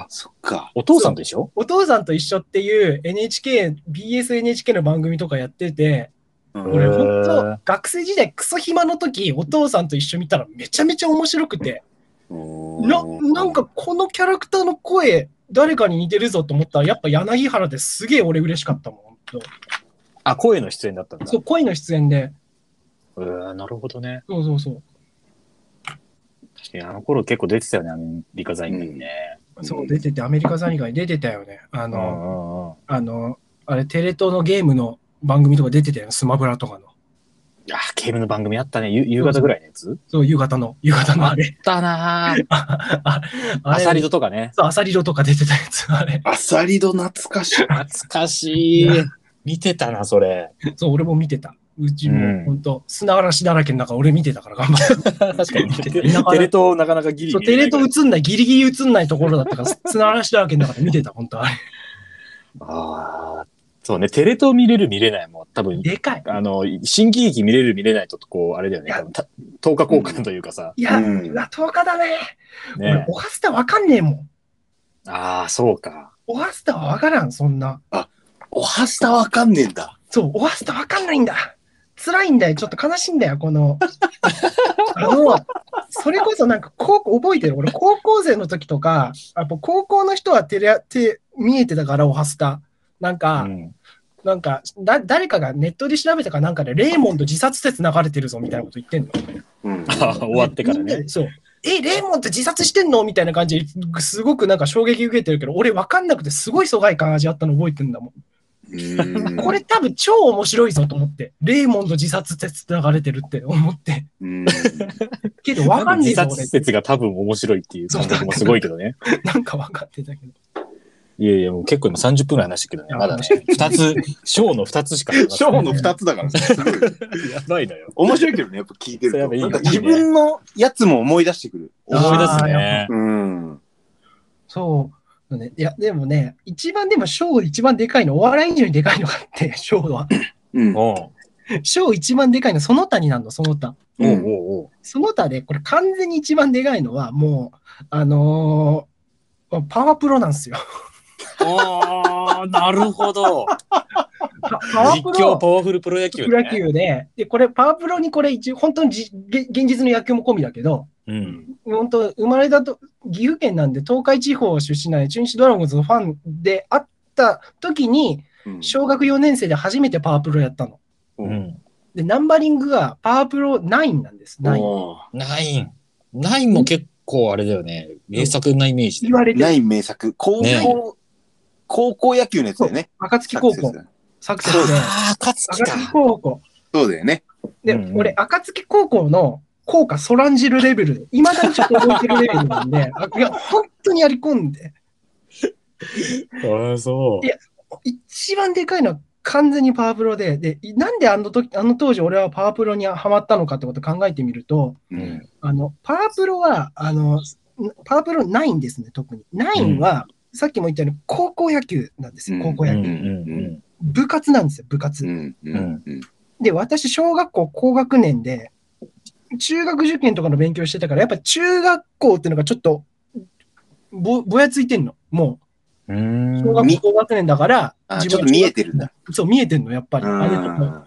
そっか。
お父さんでしょ
お父さんと一緒っていう NHK、BSNHK の番組とかやってて、
うん
俺
へー
本当学生時代クソ暇の時、お父さんと一緒見たらめちゃめちゃ面白くて、ななんか、このキャラクターの声、誰かに似てるぞと思ったら、やっぱ柳原ですげえ俺嬉しかったもん。本
あ、声の出演だったんだ。
当そう、恋の出演で。
うーんなるほどね。
そうそうそう。
確かにあの頃結構出てたよね、アメリカザインにね。
そう、出てて、アメリカザリガニ出てたよね。あ
うん
の、
うんうん
あの、あれ、テレ東のゲームの番組とか出てたよね。スマブラとかの。
あ、ゲームの番組あったね。ゆ夕方ぐらいのやつ
そう、夕方の、夕方のあれ。
だなぁ。
ああ
ア
れ
サリドとかね。
そう、アサリドとか出てたやつ、あれ。
アサリド懐かしい。
懐かしい。 見てたな、それ。
そう、俺も見てた。うち
うん
も、本当砂嵐だらけの中、俺見てたから頑張 って。
確かに。テレ
なかなか
東なかなかギリ
そう、
見れ
テ
な
レ
いから
東映んない、ギリギリ映んないところだったから、砂嵐だらけの中で見てた、本当あれ。
ああ、そうね、テレ東見れる見れないも多分、
でかい。
あの、新喜劇見れる見れないと、こう、あれだよね、
いや
多分た10日交換というかさ、
いや、
うん
うわ、10日だね。俺
ね、。
オハスタわかんねえもん。
ああ、そうか。
オハスタはわからん、そんな。
おはスタわかんねえんだ。
そう、オハスタわかんないんだ。辛いんだよ。ちょっと悲しいんだよ、こ の。あの、それこそなんか、高校、覚えてる俺、高校生の時とか、やっぱ高校の人はテレ、て見えてたから、オハスタ。なんか、
うん
なんかだ、誰かがネットで調べたかなんかで、レーモンド自殺説流れてるぞみたいなこと言ってんの。
うん
あー終わってから
みんな
ね。
でそう。え、レーモンって自殺してんのみたいな感じですごくなんか衝撃受けてるけど、俺わかんなくてすごい疎外感味あったの覚えてんだも
うーん
ん。これ多分超面白いぞと思って。レーモンと自殺って繋がれてるって思って。
うーん
けどわかんね
自
えぞ、
殺施設が多分面白いっていう感覚もすごいけどね。
俺。なんかわかってたけど。
いやいや、もう結構今30分ぐらい話してるけどね、まだね。二つ、ショーの二つしか。
ショーの2つだから、すごい。
やばいのよ。
面白いけどね、やっぱ聞いてる
それやっ
と。
ぱいい
な
よ
ん
ね
か自分のやつも思い出してくる。
あー
思い出す
や
ね。
うん。
そう。ね、いや、でもね、一番でも、ショー一番でかいの、お笑い以上にでかいのがあって、 ショーは。
うん。
お
ショー一番でかいの、その他になるの、その他。
うんお
う
うんおう
その他で、これ完全に一番でかいのは、もう、あのーパワープロなんですよ。
おう。なるほど。
パパワー
実
プ
況
ロ
パワフルプロ野球、ね。
プロ野球で、で、これ、パワープロにこれ一応、本当にじ現現実の野球も込みだけど、
うん。
本当、生まれたと、岐阜県なんで、東海地方出身なんで、中日ドラゴンズのファンであった時に、
うん
小学4年生で初めてパワープロやったの。
う
うんん。
で、ナンバリングがパワープロ9なんです。9。
おー
ナイン。ナインも結構あれだよね。名作なイメージで
言。われて
な
る。
い名作。高校、
ね
高校野球のやつだよね。
赤月高
サク
校
セ、ス
サクセスで。
ああ、勝つ
赤
か。
月高校。
そうだよね。
で、
うんうん
俺、暁高校の効果ソランジルレベルで、いまだにちょっと覚えてるレベルなんで、あいや、本当にやり込んで、
ああ、そ
いや一番でかいのは完全にパワープロで、で、いなんであの時、あの当時俺はパワープロにハマったのかってことを考えてみると、
う
うんん。
あの、パワープロは、あの、パワープロないんですね、特に。ないんは、さっきも言ったように高校野球なんですよ、
うん
高校
う
野
ん
球。
うんうん
部活なんですよ、部活。
うん。うん。うん。
で、私、小学校高学年で、中学受験とかの勉強してたから、やっぱ中学校っていうのがちょっと、ぼ、ぼやついてんの。も
うん。
う、
う
小
ーん
学校高学年だから、
あちょっと見えてるんだ。
そう、見えてんの、やっぱり。あれと
あ
か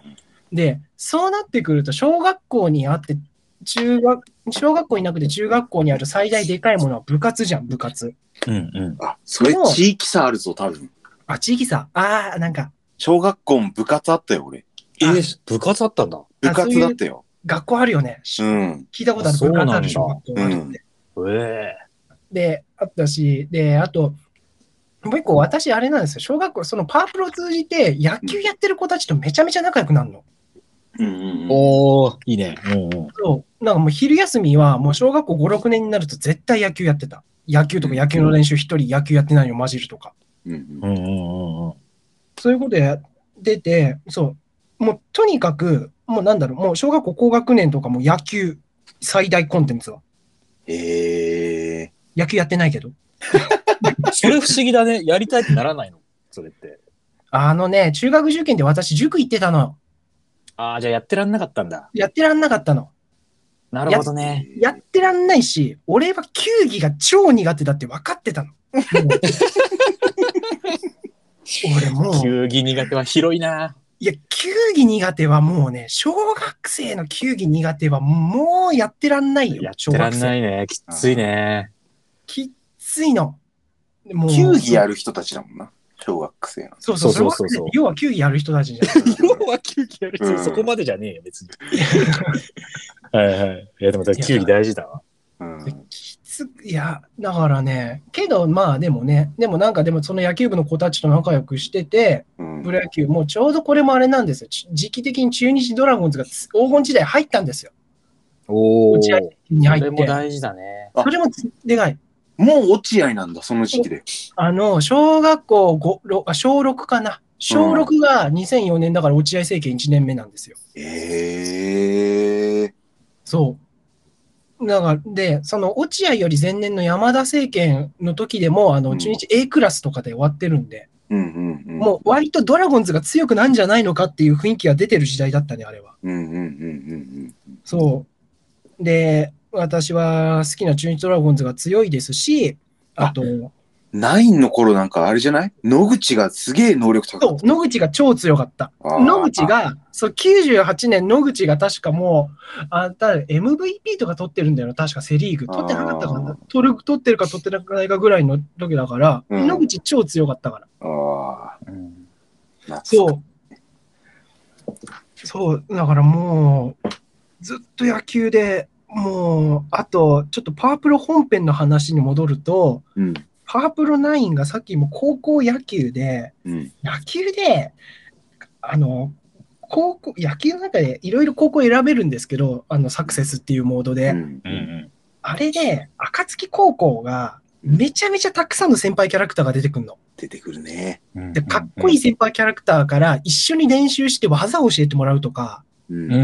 で、そうなってくると、小学校にあって、中学、小学校になくて中学校にある最大でかいものは部活じゃん、部活。
うんうん。
あ、それ地域差あるぞ、多分。
あ、地域差。ああ、なんか、
小学校も部活あったよ、俺。
えー、部活あったんだ。
部活だったよ。
学校あるよね。
うん。
聞いたことある。
あそう
部
なんだ
活ある小学校あるって。
うん
え
で、あったし、で、あと、もう一個、私、あれなんですよ、小学校、そのパワープロを通じて、野球やってる子たちとめちゃめちゃ仲良くなるの。
うん
え
うん
おー、いいね。うんうん。
そう。なんかもう昼休みは、もう小学校5、6年になると絶対野球やってた。野球とか野球の練習一人、野球やってないの混じるとか。
うん
うんうんうんうん。
そういうことやってて、そう。もうとにかく、もうなんだろう、もう小学校高学年とかも野球、最大コンテンツは。
へえ。
野球やってないけど。
それ不思議だね。やりたいってならないのそれって。
あのね、中学受験で私、塾行ってたの。
ああ、じゃあやってらんなかったんだ。
やってらんなかったの。
な
るほど
ね。
やってらんないし、俺は球技が超苦手だって分かってたの。 もう俺もう、
球技苦手は広いな。
いや、球技苦手はもうね、小学生の球技苦手はもうやってらんないよ。。
やってらんないいね。きついね。
きっついの。もう
球技やる人たちだもんな。小学生の。
そうそうそ
そうう
そ
そうう
そ
そううそう。
要は球技やる人たちじゃん。
は球技やる
人
そこまでじゃねえよ、別に。はいはい。いや、でも
いや
球技大事だわ。
うん
きついや、だからね、けどまあでもね、でもなんかでもその野球部の子たちと仲良くしてて、
うん
プロ野球、もうちょうどこれもあれなんですよ。ち時期的に中日ドラゴンズがつ黄金時代入ったんですよ。
お
打
お。
ち合いに
そ
入
れ
っ
も
て。
大事だね。
あ
それもつでかい。
もう落合なんだ、その時期で。
あの、小学校五ろあ小6かな。小6が2004年だから落合政権1年目なんですよ。
へえ。
そう。だから、で、その落合より前年の山田政権の時でも、あ
う
の、
ん
中日 A クラスとかで終わってるんで、
うんうんうん。
もう割とドラゴンズが強くなんじゃないのかっていう雰囲気が出てる時代だったね、あれは。
うんうんうんうん
そう。で、私は好きな中日ドラゴンズが強いですし、あと、
うん。ナインの頃なんかあれじゃない野口がすげえ能力高か
そ
っ
う野口が超強かった。
た。
野口が、そう、98年野口が確かもう、あた MVP とか取ってるんだよな、確かセ・リーグ。取ってなかったか
あー
な取る取ってるか取ってないかぐらいの時だから、
うん
野口超強かったから。
あーあ
うん
ー。な
そう。そう、だからもう、ずっと野球でもう、あと、ちょっとパワープロ本編の話に戻ると、
うん。
パワープロ9がさっきも高校野球で、
うん。
野球で、あの、高校、野球の中でいろいろ高校選べるんですけど、あの、サクセスっていうモードで、
うん
うんうん。
あれで、暁高校が、めちゃめちゃたくさんの先輩キャラクターが出てくるの。
出てくるね。
うん
で、かっこいい先輩キャラクターから一緒に練習して技を教えてもらうとか、
う
うん
ん。
う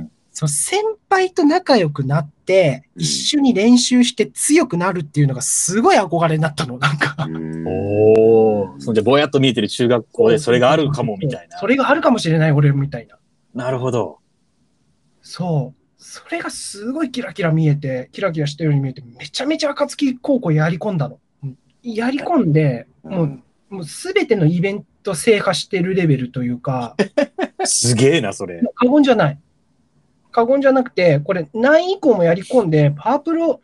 ん
その先輩と仲良くなって、
うん
一緒に練習して強くなるっていうのがすごい憧れになったの、なんか。
うん
うん。おお。そんで、ぼやっと見えてる中学校でそれがあるかもみたいな
そ。れがあるかもしれない、俺みたいな。
なるほど。
そう。それがすごいキラキラ見えて、キラキラしたように見えて、めちゃめちゃ暁高校やり込んだの。やり込んで、もう、もうすべてのイベント制覇してるレベルというか、
すげえな、それ。
過言じゃない。過言じゃなくて、これ9以降もやり込んで、パープロ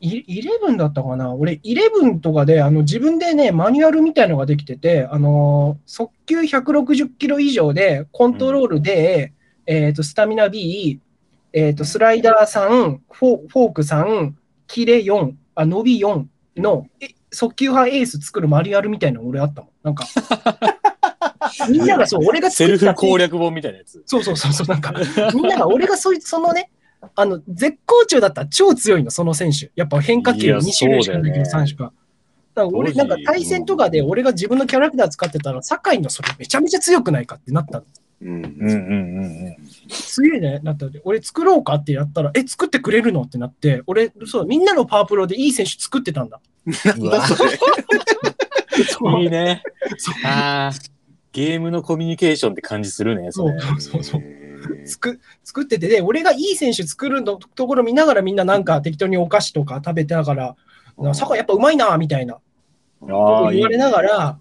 い11だったかな俺11とかであの自分でね、マニュアルみたいのができてて、あのー速球160キロ以上で、コントロールで、えっ、と、スタミナ B、えっ、と、スライダー3、フォーフォーク3、キレ4、あ伸び4の、え速球派エース作るマニュアルみたいなの俺あったもん。なんか、みんながそう、俺が
セ
作
ル
った
フ
っていう
攻略本みたいなやつ。
そうそうそうそう、 なんか、みんなが、俺がそういう、そのね、あの、絶好調だったら超強いの、その選手。やっぱ変化
い
球
や
2種類しかないけど、
そうだよね
3種か。だから俺、
すご
ないんか対戦とかで俺が自分のキャラクター使ってたら、酒井のそれめちゃめちゃ強くないかってなったの。
うん。
うん うんうんうん。
強いね、なったので、俺作ろうかってやったら、え、作ってくれるのってなって、俺、そう、みんなのパワープロでいい選手作ってた んだ。
うわ
それ
そう
いいね。
そう
ああ。ゲームのコミュニケーションって感じするね、そ
そ
れ
う。そうそう。
へ
つく作っててで、俺がいい選手作るのところ見ながらみんななんか適当にお菓子とか食べてながら、
ー
な坂やっぱうまいなみたいな
ああ、い
言
い
われながら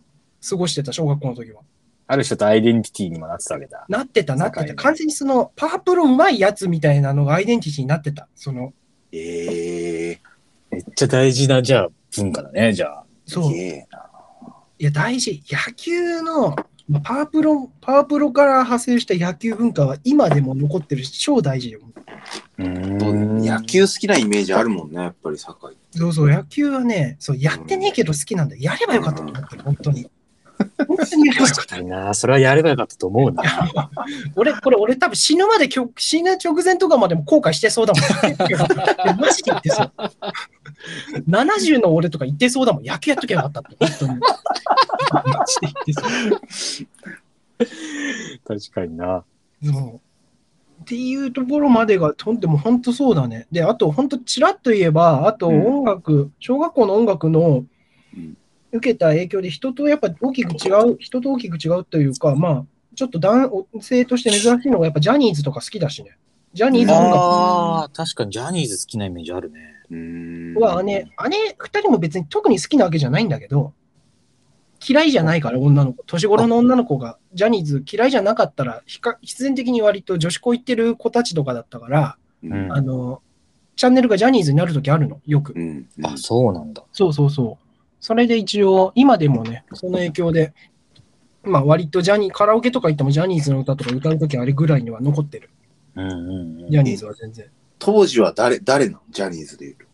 過ごしてた、小学校の時は。
ある人とアイデンティティにもなってたわけだ。
なってた、なって
坂井
た。
ね
完全にそのパワープロうまいやつみたいなのがアイデンティティになってた。その、
ええ。
めっちゃ大事な、じゃあ、文化だね、じゃあ。
そう。
すげ
い
えな
や、大事。野球の、まあパワープロ、パワープロから派生した野球文化は今でも残ってるし、超大事よ。
う
野球好きなイメージあるもんね、やっぱり酒井。
そうそう、野球はね、そう、やってねえけど好きなんだよ。やればよかったと思ってる、本当に。本当にやればよかっ
確かにな。それはやればよかったと思う な。
た。俺、これ、俺多分死ぬまで、きょ死ぬ直前とかまでも後悔してそうだも ん。マジで言ってそう。70の俺とか言ってそうだもん。野球やっときゃよかったって、本当に。マジで言って
確かにな。
そう。そうっていうところまでが、とんでも本当そうだね。で、あと、本当ちらっと言えば、あと
うん
音楽、小学校の音楽の
うん
受けた影響で人とやっぱ大きく違う、人と大きく違うというか、まあ、ちょっと男性として珍しいのが、やっぱジャニーズとか好きだしね。ジャニーズ音楽
ああ、確かにジャニーズ好きなイメージあるね。
うーん
は姉、姉二人も別に特に好きなわけじゃないんだけど、嫌いじゃないから、女の子。年頃の女の子が、ジャニーズ嫌いじゃなかったら、ひか必然的に割と女子校行ってる子たちとかだったから、
うん
あの、チャンネルがジャニーズになるときあるの、よく
う。ん。
あ、そうなんだ。
そうそうそう。それで一応、今でもね、その影響で、まあ割とジャニー、カラオケとか行ってもジャニーズの歌とか歌うときあれぐらいには残ってる。
うんうんうん。
ジャニーズは全然。
当時は誰、誰なのジャニーズで言うと。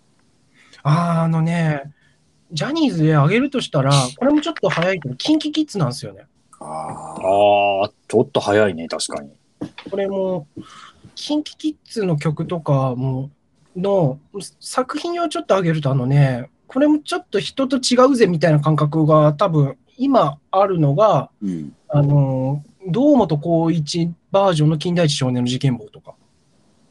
あー、あのね、ジャニーズであげるとしたら、これもちょっと早いけど、キンキキッズなんですよね。
ああ。
ああ、ちょっと早いね、確かに。
これも、キンキキッズの曲とかも、の作品をちょっとあげると、あのね、これもちょっと人と違うぜみたいな感覚が多分、今あるのが、
うん。
あのー、堂本光一バージョンの金田一少年の事件簿とか。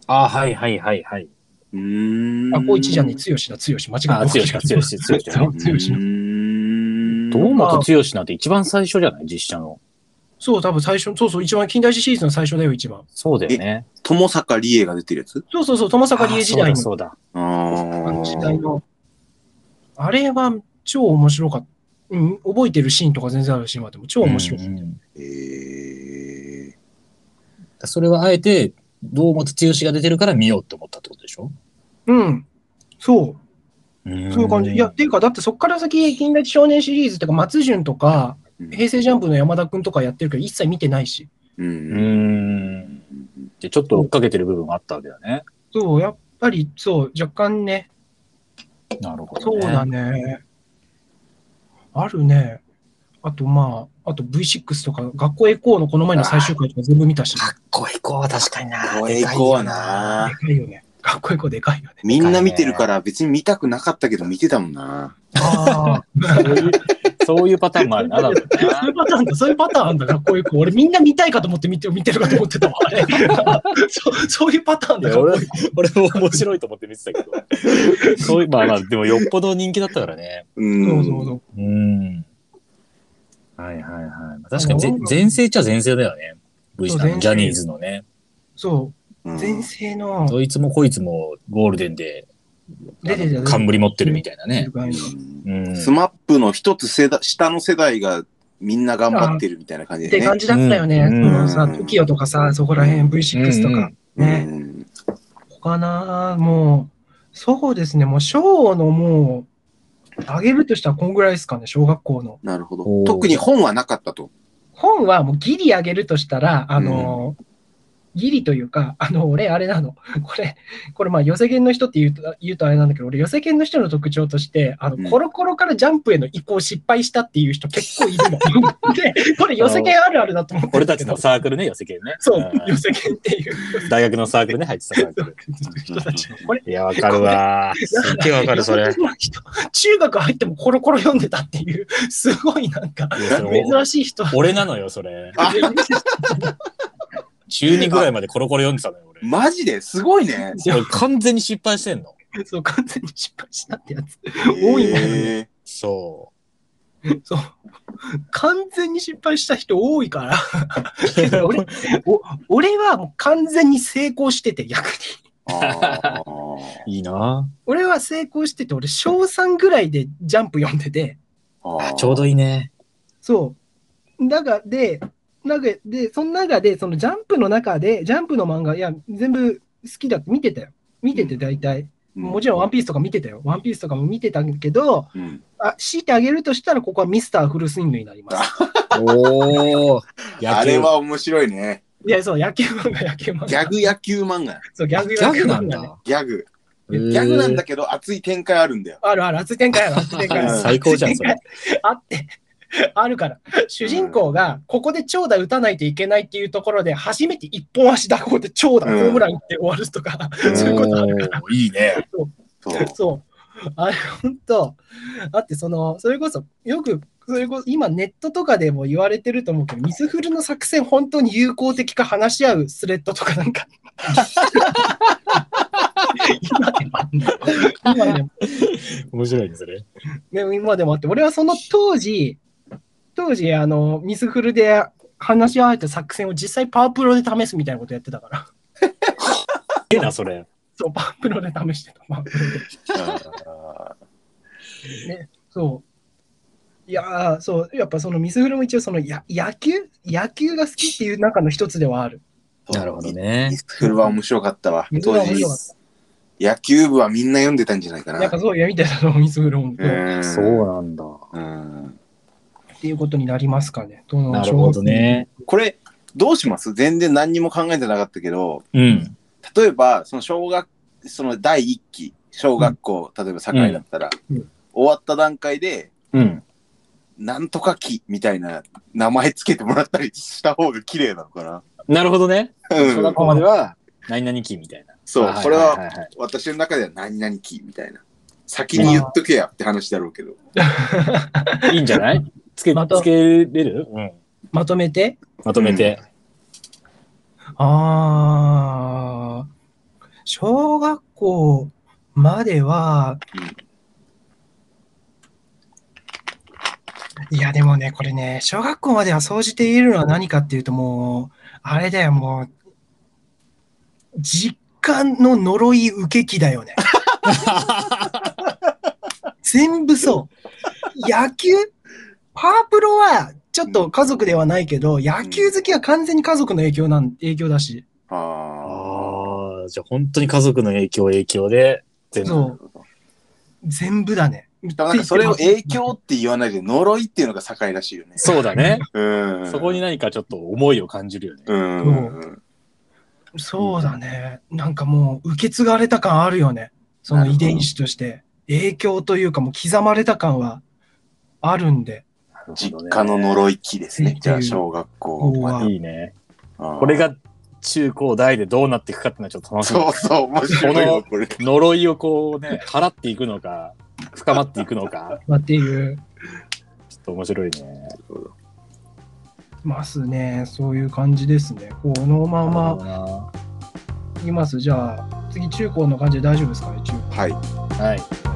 ああ、はいはいはいはい。
うーん。
あ、光一じゃねえ、
う
剛だ、剛、間違えた。
あ、強しか、強し、強し。
そう
ー
剛だ
ん。
堂本強しなんて一番最初じゃない実写の。
そう、多分最初、そうそう、一番、金田一シリーズの最初だよ、一番。
そうだよね。
友坂理恵が出てるやつ
そうそうそう、友坂理恵時代
あー
の、
そうだ、
あ
あの時
あ
代の。あれは超面白かった。うん、覚えてるシーンとか全然あるシーンはでも超
そうだ。
面白い。
うんうん
ええ。
それはあえて、堂本剛が出てるから見ようって思ったってことでしょ
うん。そう。
そ
そういう感じ。いや、っ、ていうか、だってそこから先、金田一少年シリーズとか、松潤とか、
うん
平成ジャンプの山田くんとかやってるけど、一切見てないし。
う。
うんん。で、ちょっと追っかけてる部分があったわけだね。
そう、やっぱぱりそう、若干ね、
なるほ
そ
ど、
う
ね。
だね。あるね。あとまあ、あと V6 とか、学校へ行こうのこの前の最終回とか全部見たし、
かっこいい子は確かにな。
これ行こうはな
で。かいよね。学校へ行こうでかいよね。
みんな見てるから別に見たくなかったけど見てたもんな。
ああ、
でかいよな。そ ういうそういうパターンもあるな。だってな
そういうパターンだ、そういうパターンあんだ、学校へ行こう。俺みんな見たいかと思って見て見てるかと思ってたわ、あれ。 そうそう いうパターン
い
だ、
や
学校
俺
へ行こ
俺も面白いと思って見てたけど。そういう、まあまあ、でもよっぽど人気だったからね。
うん。
う。そうそうそう。
うん。はいはいはい。確かに
あ
ぜ
の音楽
全盛っちゃ全盛だよね。V
そう
あの
全盛
ジャニーズのね。
そうう、
ん
前世の
どいつもこいつもゴールデンで
出てたよね。
冠持ってるみたいなね。
うん
うん。
スマップの一つ世代下の世代がみんな頑張ってるみたいな感
っ
じで
て
ね。
感じだったよね。
う
そ
ん
の
う
さ、
ん
TOKIO とかさ、そこら辺 V6 とか。ね。
うん
他な、もう、そうですね、もう、小のもう、上げるとしたらこんぐらいですかね、小学校の。
なるほど。
おー
特に本はなかったと。
本はもうギリ上げるとしたら、あの、ギリというか、あの、俺、あれなの、 これ、これ、まあ、寄せ犬の人って言うと、言うとあれなんだけど、俺、寄せ犬の人の特徴として、あの、
うん
コロコロからジャンプへの移行失敗したっていう人結構いるの。 で、これ、寄せ犬あるあるだと思ってる
俺
んだ
た
け
ち
ど
のサークルね、寄せ系ね。
そう、寄
ん
せ犬っていう
大学のサークルね、入ってたサークル。
人たちの。これ、
いや、わかるわ。すっげえわかる、それ。い
いやんな人中学入ってもコロコロ読んでたっていう、すごいなんか、
やそれ
珍しい人。
俺なのよ、それ。
あ
中2ぐらいまでコロコロ読んでたのよ、俺。
マジですごいね。
俺完全に失敗してんの。
そう、完全に失敗したってやつ。多いね
へ
そ
そう。完全に失敗した人多いから。
う。
俺お俺はもう完全に成功してて、逆に。
ーあー
いいな
俺は成功してて、俺、小3ぐらいでジャンプ読んでて、
あ
あ
ー。
ちょうどいいね。
そう。だが、で、なんかで、その中で、そのジャンプの中で、ジャンプの漫画、いや、全部好きだって見てたよ。見てて、大体。もちろん、ワンピースとか見てたよ。ワンピースとかも見てたけど、
ろん。
あ強いてあげるとしたら、ここはミスターフルスイングになります。
おお。
あれ。は面白いね。
いや、そう、野球漫画、野球漫画。
ギャグ野球漫画。
そう、ギャグ
ギャグなん
ね
だ。
ギャグ。
ギ
ギャグなんだけど熱い展開あるんだよ。
あるある、熱い展開ある、熱い展開ある。
最高じゃん、それ。
あって、あるから。主人公が、ここで長打打たないといけないっていうところで、初めて一本足だ、ここで長打、ホ
うん
ームラン打って終わるとか、
ん
そういうことある。
おーいいね。
そう。
そう。あれ、ほんと。あって、その、それこそ、よく、それこそ今ネットとかでも言われてると思うけど、ミスフルの作戦本当に有効的か話し合うスレッドとかなんか。 今でもあんの今でも
面白いね、それ。
でも今でもあって、俺はその当時、当時、あの、ミスフルで話し合われた作戦を実際パワープロで試すみたいなことやってたから。
いいな、それ。
そう、パワープロで試してた。パワープロ
あ
でそう。いやーそう、やっぱそのミスフルも一応そのや野球野球が好きっていう中の一つではある。
ー
なるほど。ね。
それは面白かったわ
ミ。ス
当
フルは面
時
白かっ、
野球部はみんな読んでたんじゃないか
た。
な。
なんかそういうみたいなのミスフルも、っ
ん
なんだ。
うん
ていうことになりますかね。どの
なるほど。ね。
これ、どうします全然何にも考えてなかったけど、
うん。
例えば、その小学、その第一期、小学校、例えば堺だったら、
うんうん
終わった段階で、
うん。
なんとか期みたいな名前つけてもらったりした方が綺麗なのか
なるほどね。
な。
小
う
学
ん、
校までは、何々期みたいな。
そう、
い
これはい
いい
私の中では何々期みたいな。先に言っとけやって話だろうけど。
いいんじゃないつけ、
また
つけれるうん。
まとめて
まとめて。
ああ、小学校までは、いやでもね、これね、小学校までは総じて言えるのは何かっていうともう、あれだよ、もう、実家の呪い受け気だよね。全部そう。野球パワープロは、ちょっと家族ではないけど、野球好きは完全に家族の影響なん、影響だし。
あ
ああ、じゃあ本当に家族の影響、影響で、全
あ。
部。
そう
なるほど
全部だね。
でもなんかそれを影響って言わないで呪いっていうのが堺らしいよね。
そうだね。
うん。
そこに何かちょっと思いを感じるよね。
うん。うん。
そうだね。なんかもう受け継がれた感あるよね。その遺伝子として。影響というかもう刻まれた感はあるんで。
実家の呪
い。
い期ですね。じゃあ、小学校まで。
いいね。
あー
これ、が中高大でどうなっていくかっていうのはちょっと楽しみ
そうそう、面白いよ、これ。
呪いをこうね、払っていくのか、深まっていくの か、
まあ、っていう
ちょっと面白いね。
ますね。そういう感じですね。このまま
あ。
いきます。じゃあ次中高の感じで大丈夫ですかね中
はい。
はい。
高。